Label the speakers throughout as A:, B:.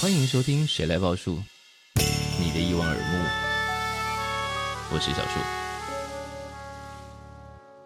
A: 欢迎收听《谁来报数》，你的一望而目，我是小树。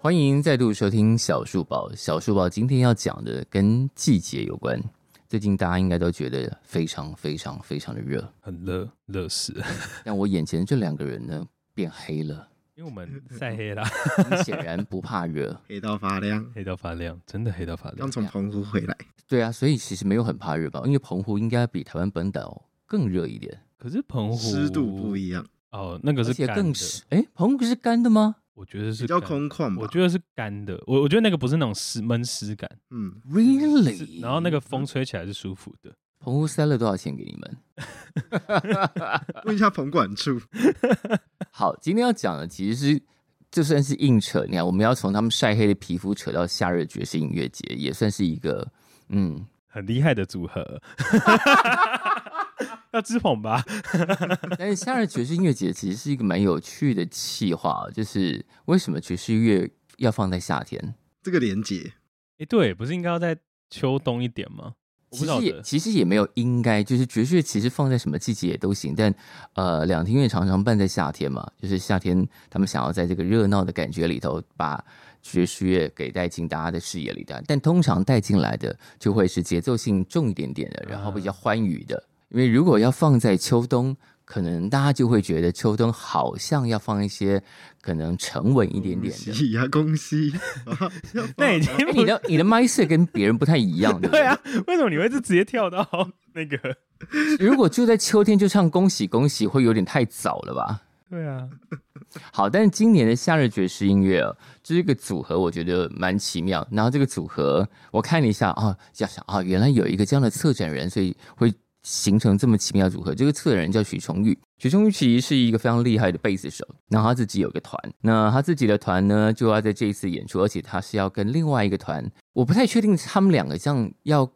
A: 欢迎再度收听小树宝。小树宝今天要讲的跟季节有关。最近大家应该都觉得非常非常非常的热，
B: 很热，热死了，
A: 但我眼前这两个人呢变黑了，
B: 因为我 们晒黑啦，
A: 你显然不怕热。
C: 黑到发亮，
B: 黑到发亮，真的黑到发亮
C: 刚。从澎湖回来，
A: 对啊，所以其实没有很怕热吧？因为澎湖应该比台湾本岛更热一点，
B: 可是澎湖
C: 湿度不一样，
B: 哦，那个
A: 而
B: 是
A: 且
B: 干
A: 更
B: 的
A: 是哎，澎湖是干的吗
B: 我觉得
C: 比
B: 是
C: 较
B: 干，
C: 空旷吧。
B: 我觉得是干的。我我觉得那个不是那种湿闷湿感，
C: 嗯，
B: 是
A: ？Really？
B: 然后
C: 啊
B: 那个风吹起来是舒服的。
A: 澎湖塞了多少钱给你们？
C: 问一下棚管处，
A: 好，今天要讲的其实是就算是硬扯，你看我们要从他们晒黑的皮肤扯到夏日爵士音乐节，也算是一个嗯，
B: 很厉害的组合， 要支捧吧？
A: 但是夏日爵士音乐节其实是一个蛮有趣的企划，就是为什么爵士乐要放在夏天？
C: 这个连接
B: 哎，对，不是应该要在秋冬一点吗？我不
A: 其
B: 晓
A: 实也
B: 得，
A: 其实也没有应该，就是爵士乐其实放在什么季节也都行，但呃，两厅院常常办在夏天嘛，就是夏天他们想要在这个热闹的感觉里头把爵士乐给带进大家的视野里的，但通常带进来的就会是节奏性重一点点的，然后比较欢愉的，因为如果要放在秋冬。可能大家就会觉得秋冬好像要放一些可能沉稳一点点的
B: 嗯
C: 恭，喜呀、恭喜！啊要
B: 那
C: 放
B: 已经
A: 哎，
B: 不
A: 你的你的麦色跟别人不太一样，对不
B: 对啊，为什么你会是直接跳到 那个？
A: 如果就在秋天就唱恭喜恭喜，会有点太早了吧？
B: 对啊，
A: 好，但是今年的夏日爵士音乐哦，这个组合我觉得蛮奇妙。然后这个组合，我看了一下啊，要想啊，原来有一个这样的策展人，所以会形成这么奇妙的组合。这个策展人叫许崇玉，许崇玉其实是一个非常厉害的贝斯手，然后他自己有个团，那他自己的团呢就要在这一次演出，而且他是要跟另外一个团，我不太确定他们两个这样要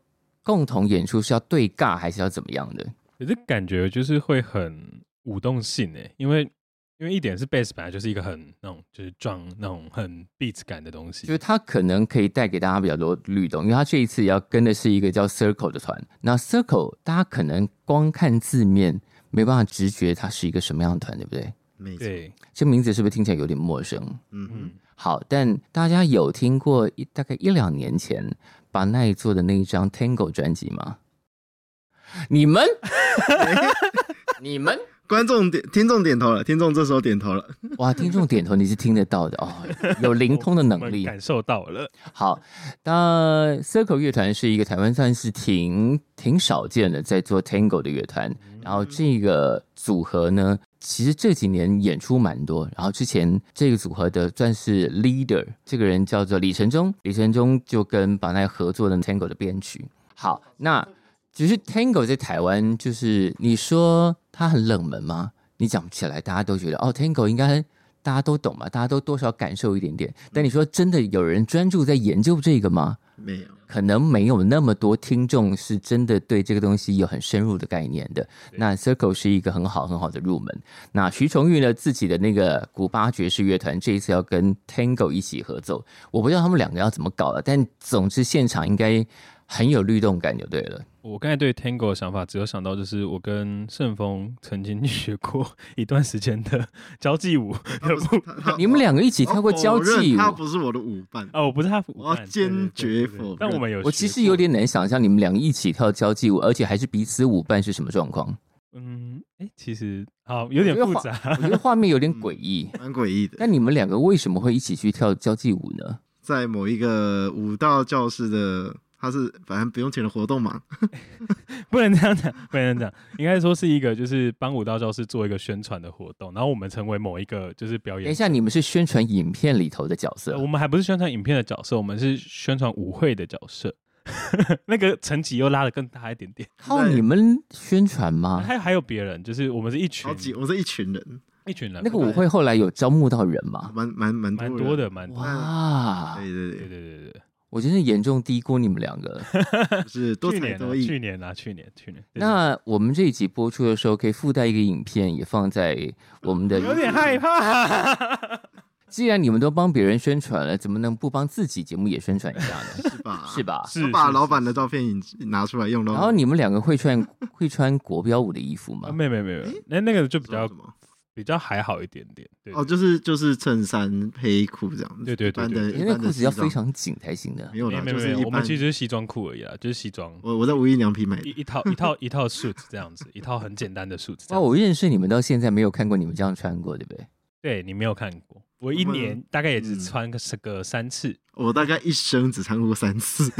A: 共同演出是要对尬还是要怎么样的。
B: 可是感觉就是会很舞动性诶，因为因为一点是 bass 本来就是一个很那种就是撞那种很 beat 感的东西
A: 就是，他可能可以带给大家比较多律动，因为他这一次要跟的是一个叫 Circle 的团。那 Circle 大家可能光看字面没办法直觉它是一个什么样的团，对不对？
C: 没错，
B: 对，
A: 这名字是不是听起来有点陌生？
C: 嗯
B: 嗯，
A: 好，但大家有听过一大概一两年前把奈做的那一张 Tango 专辑吗？你们，你们，
C: 哼，观众点听众点头了，听众这时候点头了，
A: 哇！听众点头，你是听得到的哦，有灵通的
B: 我
A: 能
B: 们
A: 力。
B: 感受到了，
A: 好，那 Circle 乐团是一个台湾算是挺挺少见的在做 Tango 的乐团，然后这个组合呢，其实这几年演出蛮多，然后之前这个组合的算是 leader，这个人叫做李承忠，李承忠就跟板奈合作的 Tango 的编曲。好，那只是 Tango 在台湾就是你说它很冷门吗？你讲不起来，大家都觉得哦，Tango 应该大家都懂嘛，大家都多少感受一点点。
C: 嗯
A: 但你说真的有人专注在研究这个吗？
C: 没 有，
A: 可能没有那么多听众是真的对这个东西有很深入的概念的。那 Circle 是一个很好很好的入门。那徐崇玉呢，自己的那个古巴爵士乐团这一次要跟 Tango 一起合奏，我不知道他们两个要怎么搞了，啊但总之现场应该很有律动感就对 了。
B: 我刚才对 Tango 的想法，只有想到就是我跟盛峰曾经学过一段时间的交际舞
C: 他
B: 的
C: 哦不
B: 步
C: 是他他
A: 你们两个一起
C: 我
A: 跳过交
C: 我哦否
A: 际
C: 认
A: 舞，
C: 他不是我的舞伴，
B: 哦，我不是他舞
C: 我要
B: 伴，对对
C: 坚决
B: 对对
C: 否认
B: 但我们有，
A: 我其实有，点难想象你们两个一起跳交际舞，而且还是彼此舞伴是什么状况？
B: 嗯，哎，其实好有点
A: 我觉得
B: 复
A: 画
B: 杂，
A: 我觉得画面有点
B: 嗯
A: 诡异。
C: 蛮诡异的。
A: 那你们两个为什么会一起去跳交际舞呢？
C: 在某一个舞蹈教室的，他是反正不用钱的活动嘛，
B: 不能这样讲，不能这样讲，应该说是一个就是帮舞蹈教室做一个宣传的活动，然后我们成为某一个就是表
A: 等
B: 演
A: 一。下，你们是宣传影片里头的角色
B: 呃我，们还不是宣传影片的角色，我们是宣传舞会的角色， 那个层级又拉得更大一点点。
A: 靠你们宣传吗？
B: 还、还有别人，就是我们是一群
C: 好几，我们是一群人，
B: 一群人，
A: 那个舞会 后来有招募到人吗？
C: 蛮蛮蛮
B: 蛮
C: 多
B: 多
C: 人，
B: 的，蛮多的。
A: 哇，
C: 对对
B: 嗯对对
C: 对，
B: 对对，
A: 我真是严重低估你们两个了。
C: 就是多
B: 去
C: 才
B: 年
C: 多
B: 啊，
C: 艺。
B: 去年啊，去年去年，
A: 那我们这一集播出的时候，可以附带一个影片，也放在我们的。
B: 有点害 怕。
A: 既然你们都帮别人宣传了，怎么能不帮自己节目也宣传一 下呢？
C: 是吧？
A: 是？吧？
B: 是
C: 把老板的照片引拿出来用咯。
A: 然后你们两个会穿会穿国标舞的衣服
B: 啊，
A: 吗？
B: 没有没有没有，没有那那个就比
C: 知道
B: 较
C: 什么？
B: 比较还好一点点。对
C: 哦，就是就是衬衫配裤这样子。
B: 对对对
C: 一般
B: 对
C: 的
B: 对
A: 因为
C: 一
A: 那
C: 般
A: 裤
C: 的
A: 子要
C: 西装
A: 非常紧才行的
C: 没。有
B: 没
C: 啦，
B: 有没有
C: 就
B: 没
C: 是
B: 有，
C: 一
B: 我
C: 般
B: 们。其实就是西装裤而已啦，就是西装
C: 我我在无印良品买
B: 一
C: 的，
B: 一套一套一套 suit 这样子，一套很简单的
A: 哇，
B: suit 这样子。
A: 哦我认识你们到现在没有看过你们这样穿过，对 不对？
B: 对你没有看过，我一
C: 我们
B: 年大概也只
C: 嗯
B: 穿个是个三次。
C: 我大概一生只穿过三次。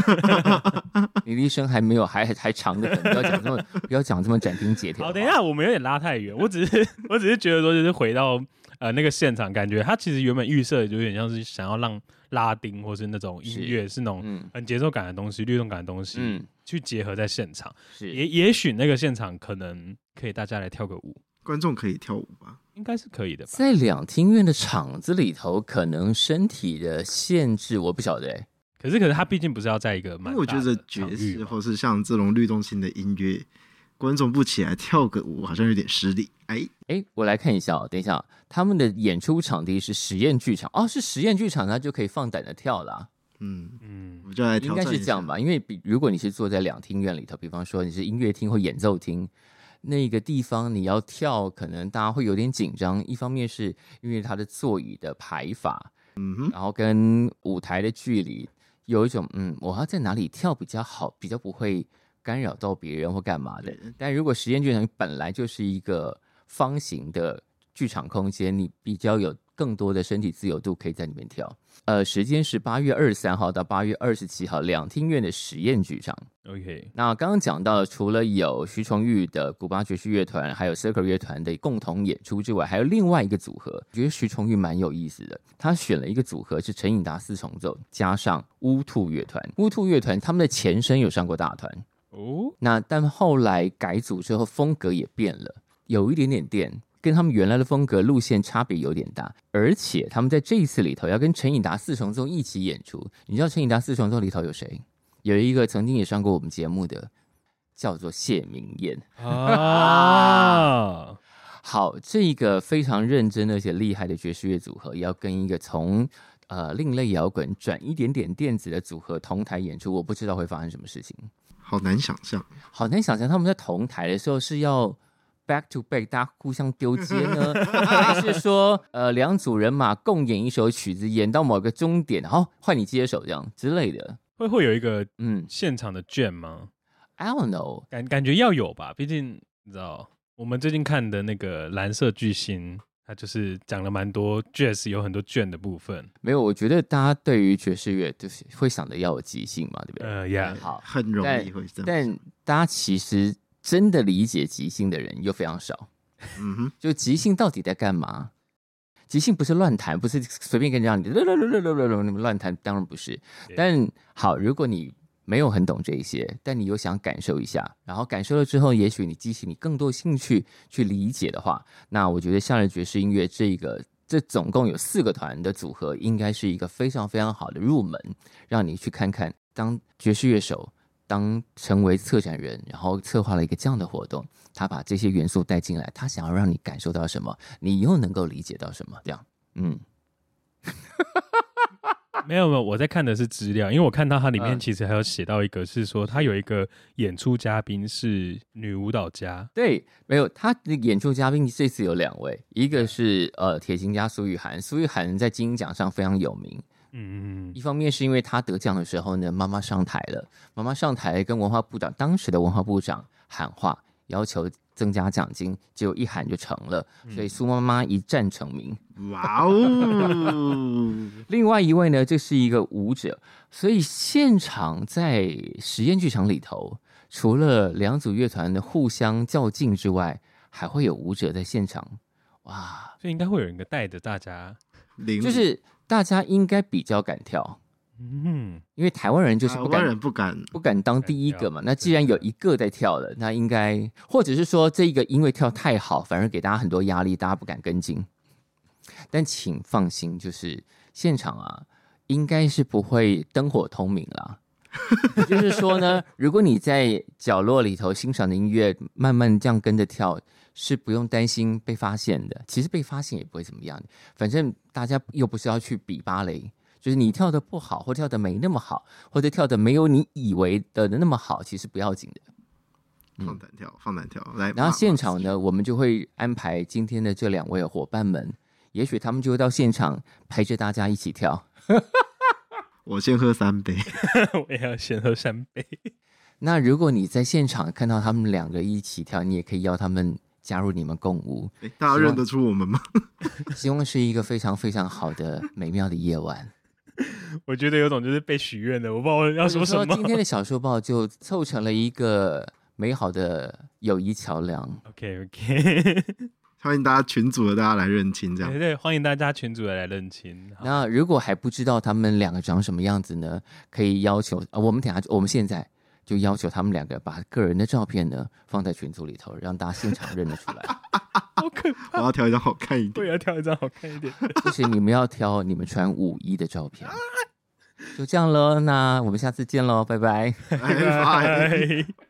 A: 你的一生还没有还还还长的很，不要讲 这么不要讲这么斩钉截铁。
B: 好，等一，下，我们有点拉太远，我只是我只是觉得说，就是回到呃那个现场，感觉他其实原本预设有点像是想要让拉丁或是那种音
A: 是
B: 乐是那种
A: 嗯
B: 很节奏感的东西、律动感的东西、
A: 嗯，
B: 去结合在现场。也
A: 是
B: 也许那个现场可能可以大家来跳个舞，
C: 观众可以跳舞吧？
B: 应该是可以的吧？
A: 在两厅院的场子里头，可能身体的限制我不晓得、欸。
B: 可是可是他毕竟不是要在一个蛮
C: 因为我
B: 大
C: 觉得
B: 的场
C: 爵
B: 域
C: 士
B: 嘛
C: 或是像这种律动性的音乐，观众不起来跳个舞好像有点失礼。哎，
A: 哎，我来看一下哦，等一下哦，他们的演出场地是实验剧场哦，是实验剧场，那就可以放胆的跳啊啦。
C: 嗯，我
B: 嗯，
C: 们就来
A: 应
C: 挑
A: 该
C: 战
A: 是
C: 一
A: 这样
C: 下
A: 吧，因为比如果你是坐在两厅院里头，比方说你是音乐厅或演奏厅，那个地方你要跳，可能大家会有点紧张。一方面是因为它的座椅的排法，
C: 嗯哼，
A: 然后跟舞台的距离，有一种嗯，我要在哪里跳比较好，比较不会干扰到别人或干嘛的。但如果实验剧场本来就是一个方形的剧场空间，你比较有更多的身体自由度，可以在里面跳。呃，时间是八月二十三号到八月二十七号，两厅院的实验剧场。
B: OK，
A: 那刚刚讲到，除了有徐崇玉的古巴爵士乐团，还有 Circle 乐团的共同演出之外，还有另外一个组合，我觉得徐崇玉蛮有意思的。他选了一个组合是陈颖达四重奏加上乌兔乐团。乌兔乐团他们的前身有上过大团，
B: 哦，
A: 那但后来改组之后，风格也变了，有一点点变，跟他们原来的风格路线差别有点大。而且他们在这一次里头要跟陈以达四重奏一起演出。你知道陈以达四重奏里头有谁？有一个曾经也上过我们节目的，叫做谢明燕。
B: 啊，
A: 好，这一个非常认真而且厉害的爵士乐组合，也要跟一个从呃另类摇滚转一点点电子的组合同台演出，我不知道会发生什么事情。
C: 好难想象。
A: 好难想象他们在同台的时候是要 back to back，大家互相丢接呢，还是说呃两组人马共演一首曲子，演到某个终点，然后换你接手这样之类的？
B: 会会有一个
A: 嗯
B: 现场的卷吗？
A: ，I don't know。
B: 感感觉要有吧，毕竟你知道，我们最近看的那个《蓝色巨星》，它就是讲了蛮多 jazz 有很多卷的部分。
A: 没有，我觉得大家对于爵士乐就是会想着要有即兴嘛，对不对？
B: 呃，yeah，
A: 好
C: 很容
A: 但
C: 易会这样。
A: 但大家其实真的理解即兴的人又非常少。
C: 嗯哼，
A: 就即兴到底在干嘛？即兴不是乱弹，不是随便跟人家你乱乱乱乱你们乱弹，当然不是
B: 对。
A: 但好，如果你没有很懂这一些，但你又想感受一下，然后感受了之后，也许你激起你更多兴趣去理解的话，那我觉得夏日爵士音乐这个这总共有四个团的组合，应该是一个非常非常好的入门，让你去看看当爵士乐手。当成为策展人，然后策划了一个这样的活动，他把这些元素带进来，他想要让你感受到什么，你又能够理解到什么，这样，嗯，
B: 没有没有，我在看的是资料，因为我看到它里面
A: 嗯
B: 其实还有写到一个，是说它有一个演出嘉宾是女舞蹈家，
A: 对，没有他的演出嘉宾这次有两位，一个是呃铁琴家苏玉涵，苏玉涵在金鹰奖上非常有名，
B: 嗯嗯
A: 一方面是因为他得奖的时候呢，妈妈上台了，妈妈上台跟文化部长当时的文化部长喊话，要求增加奖金，结果一喊就成了，所以苏妈妈一战成名。
C: 哇 哦！
A: 另外一位呢，这是一个舞者，所以现场在实验剧场里头，除了两组乐团的互相较劲之外，还会有舞者在现场。哇
B: 嗯，，所以应该会有一个带着大家，
C: 零
A: 就是大家应该比较敢跳，
B: 嗯，
A: 因为台湾人就是
C: 台
A: 不
C: 湾
A: 敢
C: 人啊不敢，
A: 不敢当第一个嘛。那既然有一个在跳了，那应该或者是说这个因为跳太好，反而给大家很多压力，大家不敢跟进。但请放心，就是现场啊，应该是不会灯火通明啦。就是说呢，如果你在角落里头欣赏的音乐，慢慢这样跟着跳，是不用担心被发现的。其实被发现也不会怎么样，反正大家又不是要去比芭蕾，就是你跳的不好，或跳的没那么好，或者跳的没有你以为的那么好，其实不要紧的。
C: 放胆跳，放胆跳，来。
A: 嗯然后
C: 马
A: 现
C: 马
A: 场
C: 斯
A: 呢，我们就会安排今天的这两位伙伴们，也许他们就会到现场陪着大家一起跳。
C: 我先喝 三杯，
B: 我也要先喝三杯。
A: 那如果你在现场看到他们两个一起跳，你也可以邀他们加入你们共舞，
C: 诶大家认得出我们吗？
A: 希望是一个非常非常好的美妙的夜 晚。
B: 我觉得有种就是被许愿的，我不知道我要说什
A: 或者
B: 么
A: 今。天的小书报就凑成了一个美好的友谊桥梁。
B: OK OK，
C: 欢迎大家群组的大家来认亲，这样
B: 对对，欢迎大家群主来认亲。好
A: 那如果还不知道他们两个长什么样子呢，可以要求啊，我们等下就我们现在就要求他们两个把个人的照片呢放在群组里头，让大家现场认得出来。
B: 好可
C: 我
B: 怕，
C: 要挑一张好看一
B: 我
C: 点。
B: 也要跳一张好看一点。
A: 就是你们要挑你们穿五一的照片。 就这样喽，那我们下次见喽，拜拜。
B: 拜
C: 哎拜
B: 拜。